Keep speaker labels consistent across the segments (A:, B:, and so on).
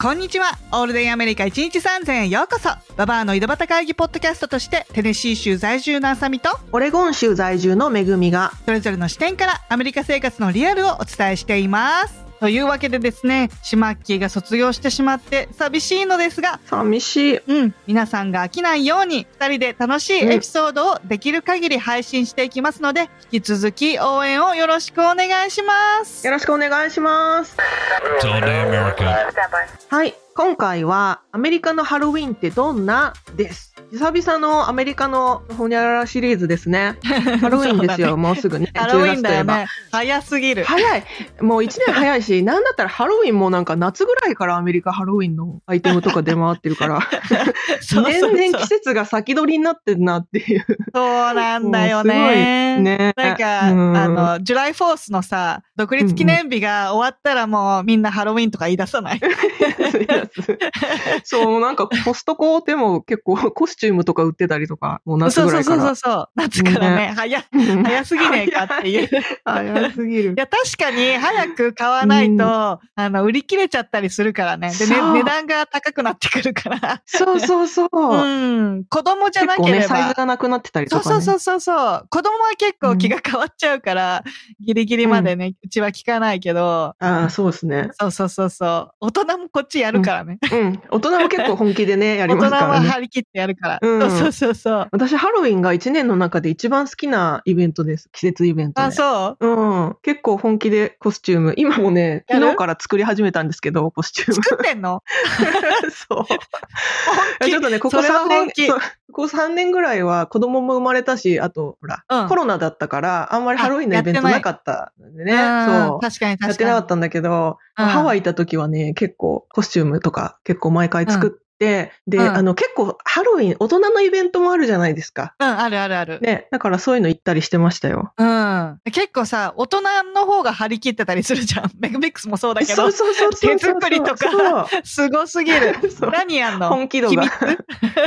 A: こんにちはオールデンアメリカ1日3000へようこそババアの井戸端会議ポッドキャストとしてテネシー州在住のあさみと
B: オレゴン州在住のめぐみが
A: それぞれの視点からアメリカ生活のリアルをお伝えしていますというわけでですねシマッキーが卒業してしまって寂しいのですが
B: 寂しい
A: うん、皆さんが飽きないように2人で楽しいエピソードをできる限り配信していきますので、引き続き応援をよろしくお願いします
B: よ。ろしくお願いします。
C: It's all day America.
B: はい、今回はアメリカのハロウィンってどんなです。久々のアメリカのほにゃららシリーズで すね。ハロウィンですよ、
A: そうだね
B: もうすぐね。
A: ハロウィ
B: 10
A: ン
B: 月と
A: だ
B: いえ
A: よ
B: ば
A: ね。早すぎる。
B: 早い。もう1年早い し、なんだったらハロウィンもなんか夏ぐらいからアメリカハロウィンのアイテムとか出回ってるから、
A: そうそうそう
B: 年々季節が先取りになってんなっていう。
A: そうなんだよ
B: もう
A: ね。
B: すごいね。
A: なんか、
B: うん
A: あの、ジュライフォースのさ、独立記念日が終わったらもうみんなハロウィンとか言い出さない。
B: そう、なんかコストコでも結構コスチュームとか売ってたりとか、もう夏
A: そう
B: ぐ
A: そ
B: ら
A: う
B: い
A: そ
B: か
A: うそう
B: ら。
A: そう。夏からね、早、早すぎねえかっていう。
B: 早すぎる
A: い。や、確かに早く買わないと、
B: うん
A: あの、売り切れちゃったりするからね。で、ね
B: そう
A: 値段が高くなってくるから。
B: そうそうそう。
A: うん。子供じゃ
B: 結
A: な
B: 構
A: け
B: ね、
A: れ
B: サイズ
A: ば。
B: がなくなってたり
A: そ
B: と
A: うそ
B: か、
A: う
B: ね。
A: そうそうそう。子供は結構気が変わっちゃうから、ギリギリまでね、うちは聞かないけど、
B: ああ、そうですね。
A: そうそうそうそう。大人もこっちやるからね。
B: うん。大人は結構本気でね、やり
A: 大人
B: ますから
A: は
B: ね。
A: 張り切ってやるから。
B: う
A: そう
B: ん
A: そうそうそう。
B: 私、ハロウィンが1年の中で一番好きなイベントです。季節イベントで。
A: あ、そう。
B: うん。結構本気でコスチューム。今もね、
A: やる
B: 昨日から作り始めたんですけど、コス チューム。
A: 作ってん の
B: そう。
A: 本気
B: ちょっとね、ここ
A: それは
B: 3
A: 本
B: 年、
A: 気
B: そうここ3年ぐらいは子供も生まれたし、あと、ほら、
A: うん
B: コロナだったから、あんまりハロウィンのイベントなかったんでね。
A: うん
B: そ
A: 確
B: う。
A: かに確かに。
B: やってなかったんだけど、
A: うん
B: ハワイ行った時はね、結構コスチュームとか結構毎回作って、で、
A: うん
B: あの結構ハロウィン、大人のイベントもあるじゃないですか。
A: うん、あるあるある。
B: ね、だからそういうの行ったりしてましたよ。
A: うん。結構さ、大人の方が張り切ってたりするじゃん。 メグミックスもそうだけ
B: そ
A: ど
B: う、そうそうそ
A: 手
B: う。
A: 作りと か
B: そう
A: すごすぎる。
B: そう
A: 何やんの
B: 本気度が。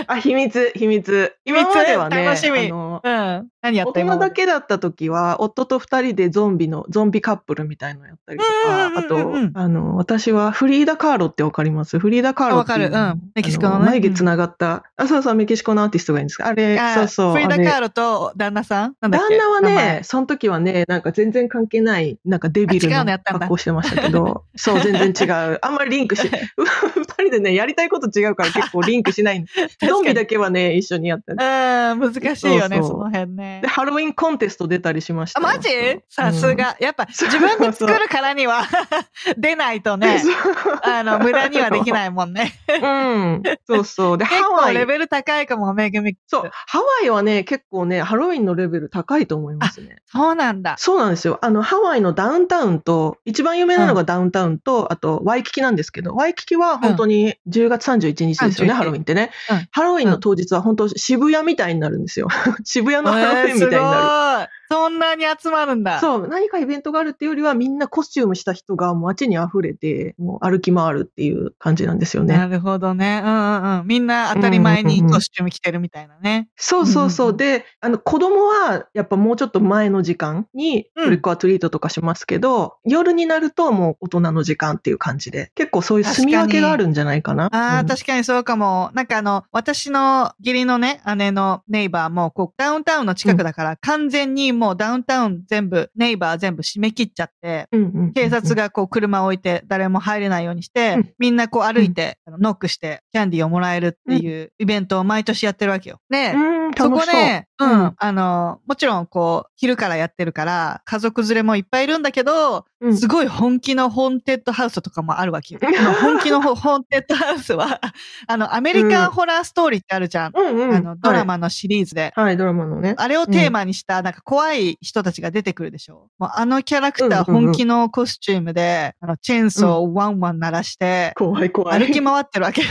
B: あ、秘密、秘密。
A: 秘密
B: 今まではね、
A: 楽しみ
B: あの
A: うん。何やっ
B: 大
A: た今
B: 人
A: ま
B: だ
A: で
B: けだった時は、夫と二人でゾンビの、ゾンビカップルみたいのやったりと
A: うんうん
B: か、あ
A: うん
B: と
A: うん、
B: あの、私はフリーダ・カーロってわかりますフリーダ・カーロっていう
A: わかるうんメキシコのね
B: あ眉毛つながった、あ、そうそう、メキシコのアーティストがいいんですかあれ、
A: あ
B: そうそう。
A: フリーダ・
B: あれ
A: カールと旦那さんなんだっ
B: 旦
A: け
B: 那は
A: 名前
B: ね、その時はね、なんか全然関係ない、なんかデビル
A: あ違う
B: の
A: のやったんだ
B: 格好してましたけ ど、そう、全然違う。あんまりリンクし、 二人でね、やりたいこと違うから結構リンクしないんで。
A: かに
B: ゾンビだけはね、一緒にやって
A: うん、難しいよね、そ
B: そうそう
A: の辺ね
B: で、。ハロウィンコンテスト出たりしました
A: あ、
B: よ。
A: マジ
B: そう
A: さす。が。やっぱ、自分で作るからには 出ないと ね
B: そう、
A: あの、無駄にはできないもんね。
B: うん。そうそう。で、
A: 結
B: ハワ
A: 構レ
B: イ。
A: ベル高いかも、メグミックス。
B: そう。ハワイはね、結構ね、ハロウィンのレベル高いと思いますね。
A: そうなんだ。
B: そうなんですよ。あの、ハワイのダウンタウンと、一番有名なのがダウンタウンと、あと、ワイキキなんですけど、ワイキキは本当に10月31日ですよね、
A: 31
B: ハロウィンってね、
A: うん
B: ハロウィンの当日は本当渋谷みたいになるんですよ。 渋谷のハロウィンみたいにな
A: え
B: る。
A: ーすごいそんなに集まるんだ。
B: そう、何かイベントがあるっていうよりは、みんなコスチュームした人がもう街に溢れて、もう歩き回るっていう感じなんですよね。
A: なるほどね。うんうんうん。みんな当たり前にコスチューム着てるみたいなね。
B: そうそうそう。
A: うんうんうん
B: で、あの、子供は、やっぱもうちょっと前の時間に、
A: うん
B: トリックアトリートとかしますけど、夜になるともう大人の時間っていう感じで、結構そういう住み分けがあるんじゃないかな。
A: ああ、
B: うん
A: 確かにそうかも。なんかあの、私の義理のね、姉のネイバーも、こう、ダウンタウンの近くだから、完全にもうダウンタウン全部、ネイバー全部締め切っちゃって、
B: うんうんうん
A: 警察がこう車を置いて誰も入れないようにして、
B: うん
A: みんなこう歩いて、あのノックしてキャンディーをもらえるっていうイベントを毎年やってるわけよ。で、
B: うん、
A: そこ
B: 楽しそう。
A: ね、う、
B: うんん
A: あの、もちろんこう、昼からやってるから、家族連れもいっぱいいるんだけど、
B: うん
A: すごい本気のホーンテッドハウスとかもあるわ けよ。あの本気のホホーンテッドハウスは、あの、アメリカンホラーストーリーってあるじゃん。
B: うんうん。
A: あの、ドラ
B: は
A: マのシリーズで。
B: い。はい、ドラマのね。
A: あれをテーマにした、なんか怖い人たちが出てくるでしょ。もうあのキャラクター
B: うんうんうん
A: 本気のコスチュームで、あの、チェーンソーをワンワン鳴らして、
B: 怖い怖い。
A: 歩き回ってるわけよ。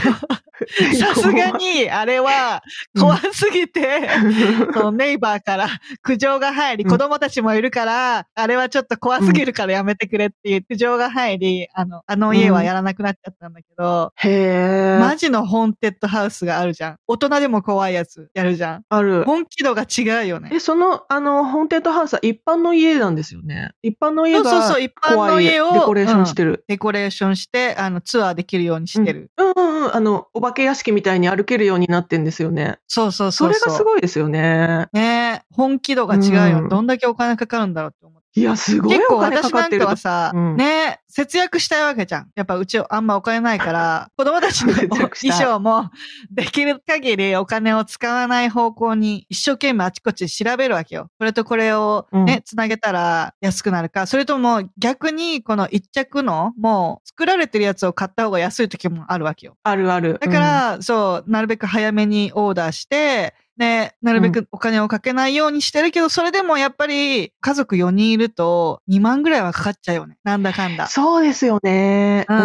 A: さすがに、あれは怖すぎて、そのネイバーから苦情が入り、
B: うん
A: 子供たちもいるから、あれはちょっと怖すぎるからやめてくれっていう苦情が入り、あの、あの家はやらなくなっちゃったんだけど、
B: へえ。
A: マジのホーンテッドハウスがあるじゃん。大人でも怖いやつやるじゃん。
B: ある。
A: 本気度が違うよね
B: え、。その、あの、ホーンテッドハウスは一般の家なんですよね。一般の
A: そ
B: 家
A: うそうそう、
B: が
A: 一般
B: 怖
A: の
B: い
A: 家
B: デ
A: を
B: コレーションし
A: うん
B: てる。
A: デコレーションして、あの、ツアーできるようにしてる。
B: うんうんうん。あの、お化け屋敷みたいに歩けるようになってんですよね。
A: そうそうそ
B: そう
A: う。
B: れがすごいですよね。
A: ねえ本気度が違うよ、
B: うん
A: どんだけお金かかるんだろうって思って。
B: いや、すごい
A: 結構
B: お金か
A: 私
B: か
A: な
B: っ
A: ん
B: て
A: か
B: ると
A: は。さ、
B: うん
A: ねえ節約したいわけじゃん。やっぱうちあんまお金ない から、子供たちの
B: 節
A: 衣
B: 約したい
A: 装もできる限りお金を使わない方向に一生懸命あちこち調べるわけよ。これとこれをね、
B: うん
A: つなげたら安くなるか、それとも逆にこの一着のもう作られてるやつを買った方が安い時もあるわけよ。
B: あるある。
A: だから、そう、なるべく早めにオーダーして、ね、なるべくお金をかけないようにしてるけど、それでもやっぱり家族4人いると2万ぐらいはかかっちゃうよね。なんだかん
B: うん、
A: だ。
B: そうですよね。
A: う
B: うん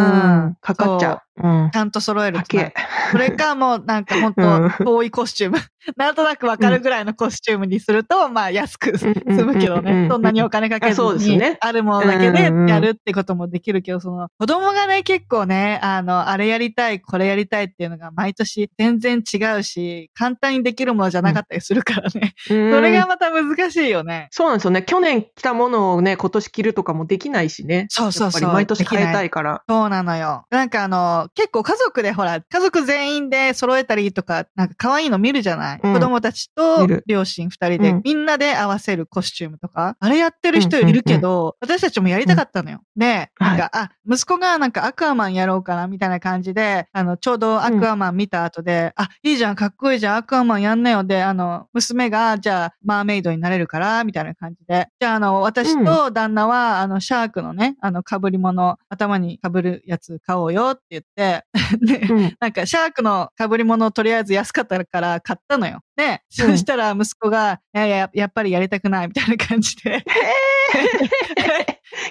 B: ん。かかっちゃう。うん
A: ち。ゃんと揃える
B: か
A: とな
B: け
A: る。。それかもうなんか本
B: うん
A: 当遠いコスチューム。 なんとなくわかるぐらいのコスチュームにすると、まあ安く済
B: うん
A: むけど
B: うんうんうんう
A: ね。
B: ん
A: そんなにお金かけず
B: あそうです
A: に
B: ね
A: あるものだけで
B: うんうんうん
A: やるってこともできるけど、その子供がね、結構ね、あの、あれやりたい、これやりたいっていうのが毎年全然違うし、簡単にできるものじゃなかったりするからね。
B: うん
A: それがまた難しいよね。
B: そうなんですよね。去年着たものをね、今年着るとかもできないしね。
A: そうそうそう
B: やっぱり毎年
A: できな
B: 変
A: い
B: えたい から。
A: そうなのよ。なんかあの、結構家族でほら、家族全員で揃えたりとか、なんか可愛いの見るじゃない、
B: うん
A: 子供たちと
B: 見る
A: 両親二人で、
B: うん
A: みんなで合わせるコスチュームとか、あれやってる人いるけど、私たちもやりたかったのよ。で、なんか、あ、息子がなんかアクアマンやろうかな、みたいな感じで、あの、ちょうどアクアマン見た後で、あ、いいじゃん、かっこいいじゃん、アクアマンやんなよ。で、あの、娘が、じゃあ、マーメイドになれるから、みたいな感じで。じゃあ、あの、私と旦那は、あの、シャークのね、あの、被り物、頭に被るやつ買おうよって言って、 で、
B: うん。
A: なんか、シャークの被り物をとりあえず安かったから買ったのよ。で、
B: うん
A: そしたら息子が、いやいや、やっぱりやりたくない、みたいな感じ で。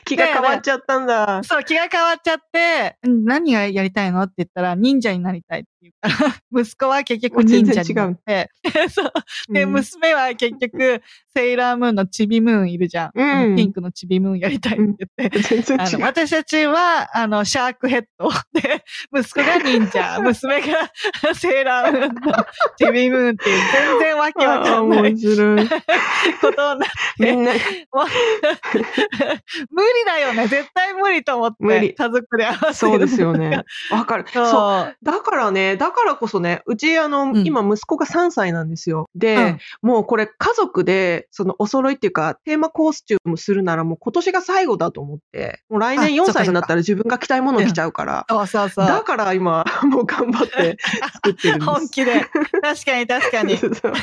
B: 気が変わっちゃったんだ。
A: そう、気が変わっちゃって、ん何がやりたいのって言ったら、忍者になりたいって言うから、息子は結局忍者になって、 そう。で、
B: うん
A: 娘は結局、セーラームーンのチビムーンいるじゃん。
B: うん
A: あのピンクのチビムーンやりたいって言って。
B: 全然
A: あ
B: 違
A: の
B: う。
A: 私たちは、あの、シャークヘッドで、息子が忍 者、娘が セーラームーンのチビムーンっていう、全然わけわ
B: あ
A: か
B: ー
A: んない
B: 面白い。
A: ことにな
B: みんな、
A: 無理だよね。絶対無理と思って。
B: 無理
A: 家族で合わせる
B: そうですよね。わかる。
A: そう。
B: そう。だからね、だからこそね、うち、あの、
A: ん
B: 今、息子が3歳なんですよ。で、もうこれ、家族で、その、お揃いっていうか、テーマコスチュームするなら、もう今年が最後だと思って、もう来年
A: あ
B: 4
A: そっかそっか
B: 歳になったら自分が着たいものを着ちゃうから。
A: そうそうそう。
B: だから今、もう頑張って作ってるんで す。
A: 本気で。確かに確かに。
B: そうそう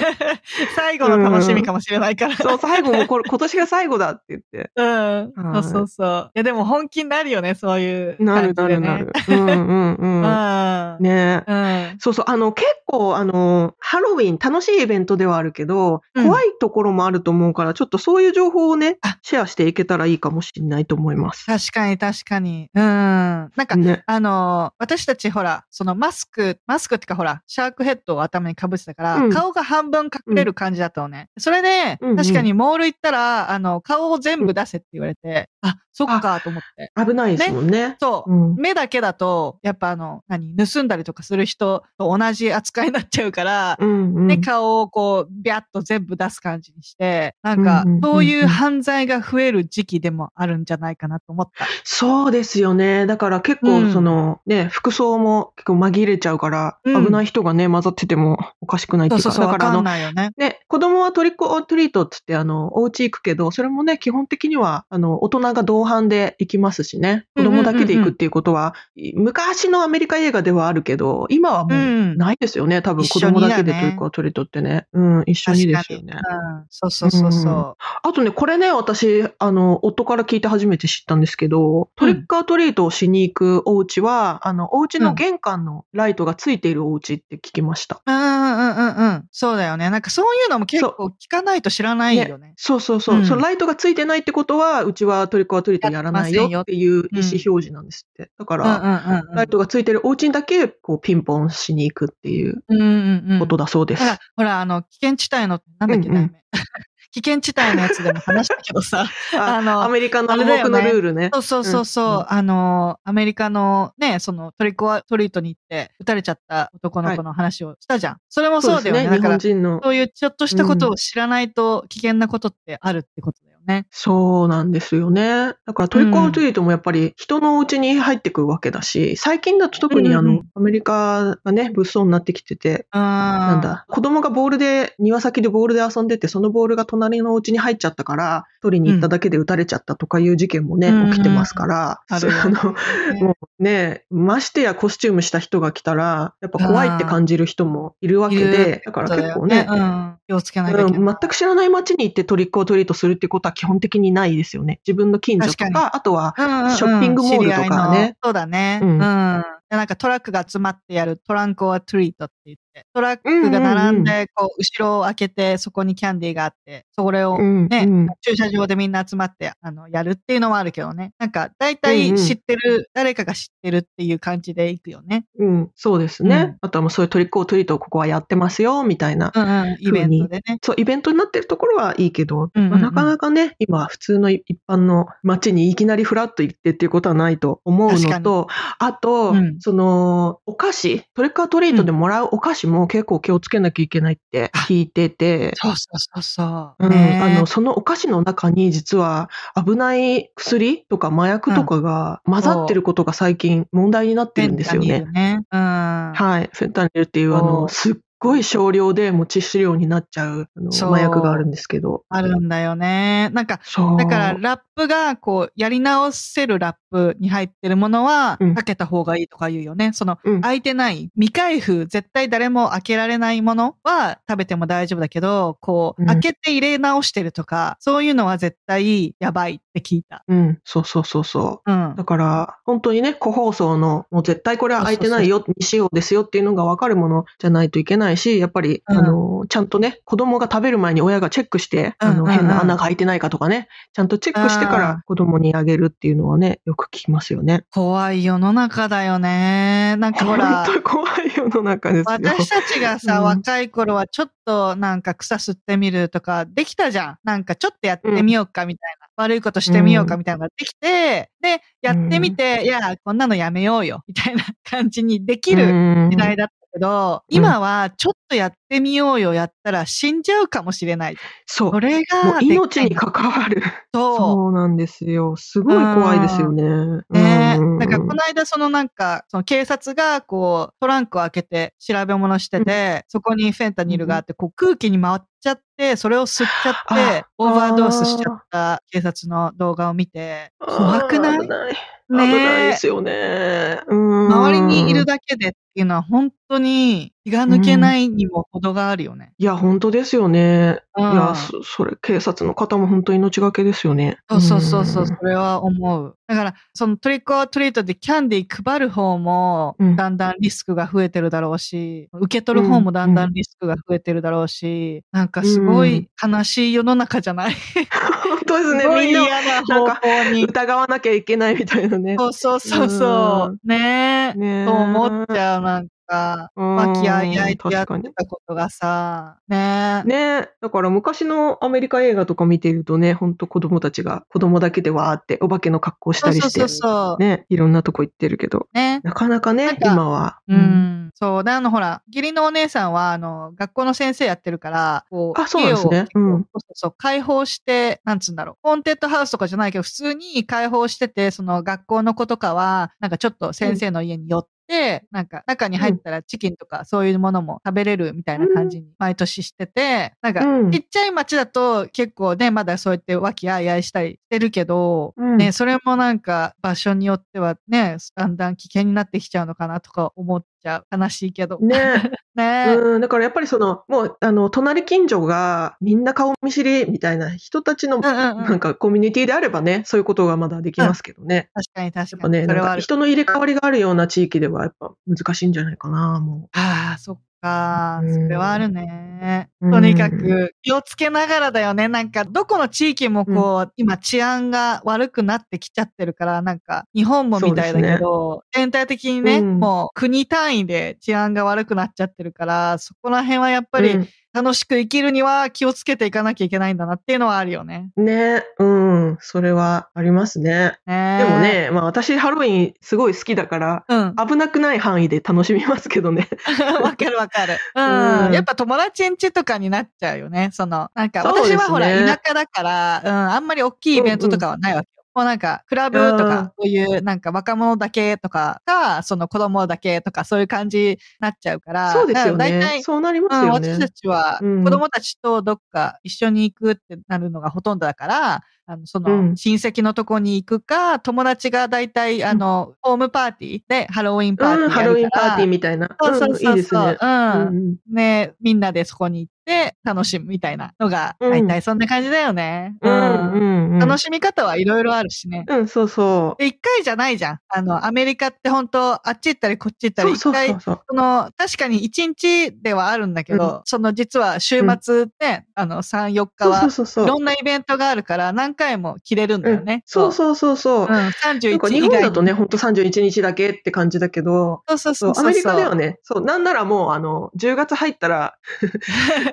A: 最後の楽しみかもしれないから。
B: そう、最後もこれ、今年が最後だって言って。
A: うん。
B: は
A: そ
B: い
A: うそうそう。いや、でも本気になるよね、そういう
B: な
A: 感じ
B: る
A: で、
B: な
A: ね。
B: るなる。うんうん う
A: う
B: ん。
A: ん。
B: ね
A: うん。
B: そうそう、あの、結構、あの、ハロウィン、楽しいイベントではあるけど、
A: うん
B: 怖いところもあると思うから、ちょっとそういう情報をね
A: あ、
B: シェアしていけたらいいかもしれないと思います。
A: 確かに確かに。うん。なんか、
B: ね。
A: あのー私たちほら、そのマスク、マスクってかほら、シャークヘッドを頭に被ってたから、
B: うん
A: 顔が半分隠れる感じだったのね。それで、
B: うんうん
A: 確かにモール行ったら、あの、顔を全部出せって言われて、あ、そっかと思って。
B: 危ないですもんね。
A: そう。
B: うん。
A: 目だけだと、やっぱあの、何、盗んだりとかする人と同じ扱いになっちゃうから、
B: うんうん
A: で、顔をこう、ビャッと全部出す感じにして、なんか
B: うんうんうんう、ん
A: そういう犯罪が増える時期でもあるんじゃないかなと思った。
B: そうですよね。だから結
A: う
B: 構
A: ん
B: その、ね、服装も結構紛れちゃうから、
A: うん
B: 危ない人がね、混ざっててもおかしくないって
A: そう
B: いう
A: そう
B: か、
A: そう、わ
B: だからあ
A: かん
B: の、
A: ないよね。
B: ね、子供はトリックオアトリートってって、あの、お家行くけど、それもね、基本的には、あの、大人が同伴で行きますしね、子供だけで行くっていうことは、昔のアメリカ映画ではあるけど、今は
A: う
B: もう、
A: ん。
B: ないですよね。多分
A: 一
B: 子
A: 緒に
B: 供
A: だね
B: だけでトリックオアトリートってね。うん、一緒にですよね。
A: うんそうそうそうそ
B: あとね、これね、私、あの、夫から聞いて初めて知ったんですけど、トリックアトリートをしに行くお家は、あの、お家の玄関のライトがついているお家って聞きました。
A: う。うんうんうんうん。そうだよね。なんかそういうのも結構聞かないと知らないよね。
B: そうそうそ
A: う
B: う。
A: ん
B: そのライトがついてないってことは、うちはトリコはトリートやらない
A: やって
B: よ
A: ま
B: っていう
A: せん
B: 意
A: よ
B: 思表示なんですって。だか
A: うんうん
B: ら、ライトがついてるお家にだけ、こう、ピンポンしに行くっていう
A: うんうん。うんうんうん。
B: ことだそうです
A: ほ。ら、ほら、あの、危険地帯の、なんだっけ、
B: うんうん
A: 題名 危険地帯のやつでも話したけどさ、
B: あ
A: あの
B: アメリカの
A: あれ
B: 暗
A: だよ
B: 黙
A: ね
B: のルールね。
A: そうそうそうそう、
B: うん
A: あの、アメリカのね、そのトリコアトリートに行って撃たれちゃった男の子の話をしたじゃん。それもそうだよね。
B: です
A: だ
B: 日
A: から
B: 本、人の。
A: そういうちょっとしたことを知らないと危険なことってあるってことだよね。
B: そうなんですよね。だからトリコアトリートもやっぱり人のお家に入ってくるわけだし、最近だと特にあ
A: うんう
B: の
A: ん、
B: アメリカがね、物騒になってきてて、
A: な
B: なん。だ、子供がボールで、庭先でボールで遊んでて、そのボールが隣のお家に入っちゃったから、取りに行っただけで撃たれちゃったとかいう事件もね、
A: うん
B: 起きてますから、
A: あ
B: そ
A: る
B: う
A: よ
B: あの、
A: ね
B: もうね、ましてやコスチュームした人が来たら、やっぱ怖いって感じる人もいるわけ
A: いる、
B: でだか
A: そ
B: ら
A: うだ
B: 結
A: よ
B: 構ね、
A: うん。気をつけなきゃいけ
B: うん
A: ない。
B: 全く知らない街に行ってトリックをトリートするってことは基本的にないですよね。自分の近所と
A: 確
B: か、
A: か
B: あとは、
A: うんうんうん
B: ショッピングモール
A: 知
B: とかね
A: り合いのそうだね。
B: う
A: うんん。でなんかトラックが集まってやるトランコはトリートって言って、トラックが並ん
B: う
A: で、こう、後ろを開けて、そこにキャンディーがあって、それを
B: うん
A: ね
B: うん
A: 駐車場でみんな集まって、あの、やるっていうのもあるけどね。なんか、大体知ってる、誰かが知ってるっていう感じで行くよね。
B: うん、そうですね。
A: うん
B: あとはもうそういうトリックをトリートをここはやってますよ、みたいな。
A: うんうん、イベントでね。
B: そう、イベントになってるところはいいけど、
A: うんうんうん
B: まあなかなかね、今、普通のい一般の街にいきなりフラッと行ってっていうことはないと思うの
A: 確か
B: と、あと、
A: うん
B: その、お菓子、トリックアトリートでもらうお菓子も結構気をつけなきゃいけないって聞いてて、
A: そうそうそうそう。
B: うん
A: ね
B: あの、そのお菓子の中に実は危ない薬とか麻薬とかが混ざってることが最近問題になってるんですよ
A: フェンタニ。ル
B: ね
A: ね。うん。
B: はい。フェンタニルっていうあ
A: そ
B: の、
A: う
B: すっごい少量でもう致死量になっちゃうあの
A: そう
B: 麻薬があるんですけど。
A: あるんだよね。なんか、
B: そう。
A: だから、ラップが、こう、やり直せるラップに入ってるものは、
B: うん
A: かけた方がいいとか言うよね。その、
B: うん
A: 開いてない、未開封、絶対誰も開けられないものは食べても大丈夫だけど、こ
B: う
A: う、
B: ん
A: 開けて入れ直してるとか、そういうのは絶対やばいって聞いた。
B: うん、そうそうそうそう。
A: うん
B: だ。から、本当にね、個包装の、もう絶対これは空いてないよ、未使用ですよっていうのが分かるものじゃないといけないし、やっぱり、
A: うん
B: あの、ちゃんとね、子供が食べる前に親がチェックして、あ
A: う
B: の、
A: んうんうん
B: 変な穴が開いてないかとかね、ちゃんとチェックしてから子供にあげるっていうのはね、よく聞きますよね。
A: 怖い世の中だよね。なんかほら。
B: 本当に怖い世の中ですよ。
A: 私たちがさ、
B: うん
A: 若い頃はちょっとなんか草吸ってみるとかできたじゃん。なんかちょっとやってみようかみたいな。悪いことしてみようかみたいなのができて、で、やってみて、いや、こんなのやめようよ、みたいな感じにできる
B: うん
A: 時代だったけど、
B: うん
A: 今はちょっとやってみようよ、やったら死んじゃうかもしれない。
B: そう。
A: そ
B: も
A: れが
B: う
A: でっかい、
B: 命に関わる。
A: そう。
B: そうなんですよ。すごい怖いですよね。
A: ね
B: うん
A: なんかこの間そのなんか、その警察がこうトランクを開けて調べ物してて、そこにフェンタニルがあって、こう空気に回っちゃって、それを吸っちゃって
B: あ、
A: オーバードースしちゃった警察の動画を見て、怖くない
B: 危ない。危
A: ね
B: ないですよね。うん
A: 周りにいるだけでっていうのは本当に気が抜けないにも程があるよね。
B: いや、本当ですよね。
A: うん
B: いや、そそれ、警察の方も本当命がけですよね。
A: そうそうそうそう、
B: ん
A: それは思う。だから、そのトリックオアトリートでキャンディー配る方も
B: うん、
A: だんだんリスクが増えてるだろうし、受け取る方もだんだんリスクが増えてるだろうし、なんかすごい悲しい世の中じゃ ない、
B: 本当です
A: すご
B: ね。
A: い
B: みんな
A: 嫌な方向に。
B: 疑わなきゃいけないみたいなね。
A: そうそうそうそう。ねえ。
B: ね
A: と思っちゃう、なんか。
B: うん
A: 和気あいあいとや
B: 確
A: って
B: かに。
A: たことがさ、ねえ。
B: ねだから昔のアメリカ映画とか見てるとね、本当子供たちが子供だけでわーってお化けの格好し
A: そ
B: た
A: う
B: りして、
A: そうそうそう。
B: ね、いろんなとこ行ってるけど、
A: ね。
B: なかなか
A: な
B: ね
A: ん、か
B: 今は。
A: うん。そう。で、あの、ほら、義理のお姉さんは、あの、学校の先生やってるから、こう、
B: あそうなんですね
A: 家を結構
B: うん
A: そうそうそう、開放して、なんつうんだろう。ホーンテッドハウスとかじゃないけど、普通に開放してて、その学校の子とかは、なんかちょっと先生の家に寄って、なんか中に入ったらチキンとかそういうものも食べれるみたいな感じに毎年してて、なんか
B: うん
A: ちっちゃい町だと結構ね、まだそうやって和気あいあいしたりしてるけど、
B: うん
A: ね、それもなんか場所によってはね、だんだん危険になってきちゃうのかなとか思っちゃう。悲しいけど。
B: ね、
A: ね
B: うん、だからやっぱりその、もう、あの、隣近所がみんな顔見知りみたいな人たちの、
A: うんう
B: なん
A: うん。確
B: んかコミュニティであればね、そういうことがまだできますけどね。
A: かに
B: や
A: 確
B: っ
A: か
B: ぱ
A: に。
B: ね、
A: そ
B: なん
A: れは
B: か
A: ある。
B: 人の入れ替わりがあるような地域ではやっぱ難しいんじゃないかな、も
A: ああ、そっか、
B: うん
A: それはあるね。
B: うん
A: とにかく気をつけながらだよね。なんか、どこの地域もこう、今治安が悪くなってきちゃってるから、なんか、日本もみたいだけど、全体的にね、
B: うん
A: もう国単位で治安が悪くなっちゃってるから、そこら辺はやっぱり
B: うん
A: 楽しく生きるには気をつけていかなきゃいけないんだなっていうのはあるよね。
B: ね、うん、それはありますね。
A: ね
B: でも。ね、まあ私ハロウィンすごい好きだから、
A: うん。
B: 危なくない範囲で楽しみますけどね。
A: わかるわかる。
B: うん
A: うん。やっぱ友達ん家とかになっちゃうよね。その、なんか、
B: そう
A: 私
B: ですね
A: はほら、田舎だから、うん、あんまり大きいイベントとかはないわけよ。もうなんか、クラブと
B: うん
A: か、そういう、なんか若者だけとかか、その子供だけとか、そういう感じになっちゃうから。
B: そうですよ
A: だから大
B: ね。
A: 体、
B: そうなりま
A: うん、
B: すよ
A: 私
B: ね
A: た。ちは、
B: うん
A: 子供たちとどっか一緒に行くってなるのがほとんどだから、あの、そうの、
B: ん
A: 親戚のとこに行くか、友達が大体、あの、ホームパーティーで、ハロウィンパーティーや
B: うん、
A: るか
B: ハ
A: ら。
B: ロウィンパーティーみたいな。
A: そうそうそうそう。
B: んいいですね。
A: うん。
B: うん
A: ね、みんなでそこに行って楽しむみたいなのが、
B: うん
A: 大体そんな感じだよね。
B: うんうんうん
A: 楽しみ方はいろいろあるしね。
B: うん、そうそ
A: で、一回じゃないじゃん。あの、アメリカって本当あっち行ったりこっち行っ
B: う。
A: たり、
B: そうそ
A: 一回
B: うそう、そう。
A: その、確かに一日ではあるんだけど、その実は週末ね、あの、3、4日
B: そう
A: は、
B: そうそ。
A: いうろんなイベントがあるから何回も着れるんだよね。
B: うんそうそうそうそうう。
A: うん、
B: なんか
A: 31
B: 日
A: 以
B: 本
A: 外
B: だとね、ほんと31日だけって感じだけど、
A: そうそう
B: そ
A: そうう、そう。
B: アメリカではね、そう、なんならもう、あの、10月入っ たら、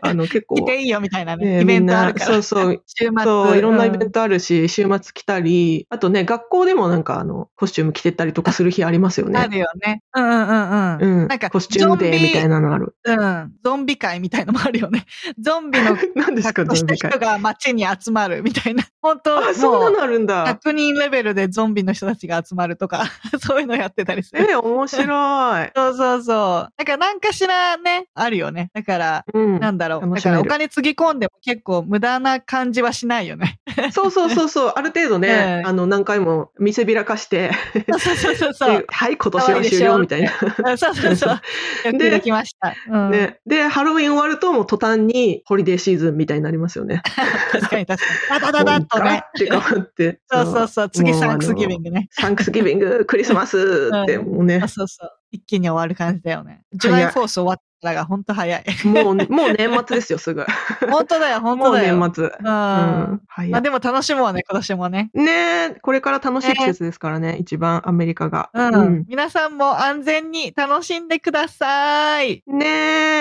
B: あの、結構、
A: 着ていいよみたいなね、
B: ね
A: イベン
B: みん
A: ト
B: な
A: あるから。
B: そ うそう、
A: 週末。
B: そう、いろんなイ
A: う
B: ベントあるし、週末来たり、あとね、学校でもなんか、あの、コスチューム着てったりとかする日ありますよ
A: あ
B: ね。
A: るよね。うんうんうんう。
B: うんん
A: なんか、
B: コスチュームデーみたいなのある。
A: うん。ゾンビ会みたいのもある よね。ゾンビの
B: 何ですか、
A: 格好
B: ゾ
A: し
B: ン
A: た
B: ビ会
A: 人。が街に集まるみたいな。本当
B: あ、そんな
A: もう
B: のあるんだ。
A: 100人レベルでゾンビの人たちが集まるとか、 そういうのやってたりする。
B: え、面白い。
A: そうそうそう。だから何かしらね、あるよね。だから、
B: うん。
A: なんだろう。
B: 楽
A: だ
B: し
A: か
B: める
A: らお金つぎ込んでも結構無駄な感じはしないよ ね。
B: そうそうそ うそう、ある程度ね
A: う、ん
B: あの、何回も見せびらかして、
A: そうそうそうそう
B: で。はい、今年は終了みたいな。
A: うんそうそう そう。よく
B: で
A: できました。うん。
B: ね、で、ハロウィン終わるともう途端にホリデーシーズンみたいになりますよね。
A: 確かに確かに。ダダダダッと
B: もうガ
A: ね
B: ッ。て変わって。
A: そうそうそう。次サンクスギビン
B: グ。
A: グね。
B: サンクスギビング、クリスマスって、
A: うん
B: もう ね
A: あ、そうそう。一気に終わる感じだよね。ジュ
B: 早い
A: ライフォース終わったらが本当早い。
B: もう、もう年末ですよ、すぐ。
A: 本当だよ、 本
B: も
A: 当
B: う
A: だよ。
B: 年末。うん。
A: うん。
B: はい
A: まあ。でも楽しもうね、今年もね。
B: ねえこれから楽しい季節ですからね、一番アメリカが。
A: うん。皆さんも安全に楽しんでください。
B: うんね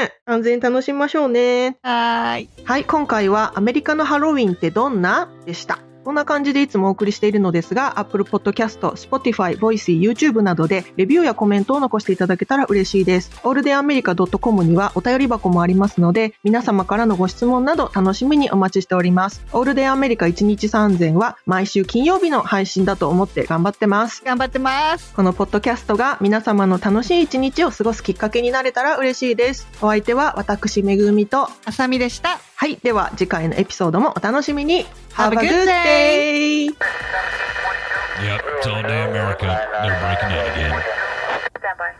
B: え安全に楽しみましょうね。
A: はーい。
B: はい、今回はアメリカのハロウィンってどんなでした。こんな感じでいつもお送りしているのですが、Apple Podcast、Spotify、Voicy、YouTube などでレビューやコメントを残していただけたら嬉しいです。オールデンアメリカ .com にはお便り箱もありますので、皆様からのご質問など楽しみにお待ちしております。オールデンアメリカ1日3000は毎週金曜日の配信だと思って頑張ってます。
A: 頑張ってます。
B: このポッドキャストが皆様の楽しい一日を過ごすきっかけになれたら嬉しいです。お相手は私めぐみと
A: あさみでした。
B: はい、では次回のエピソードもお楽しみに。
A: Have a good day.
C: Yep, it's all day America. They're breaking out again.
D: Stand by.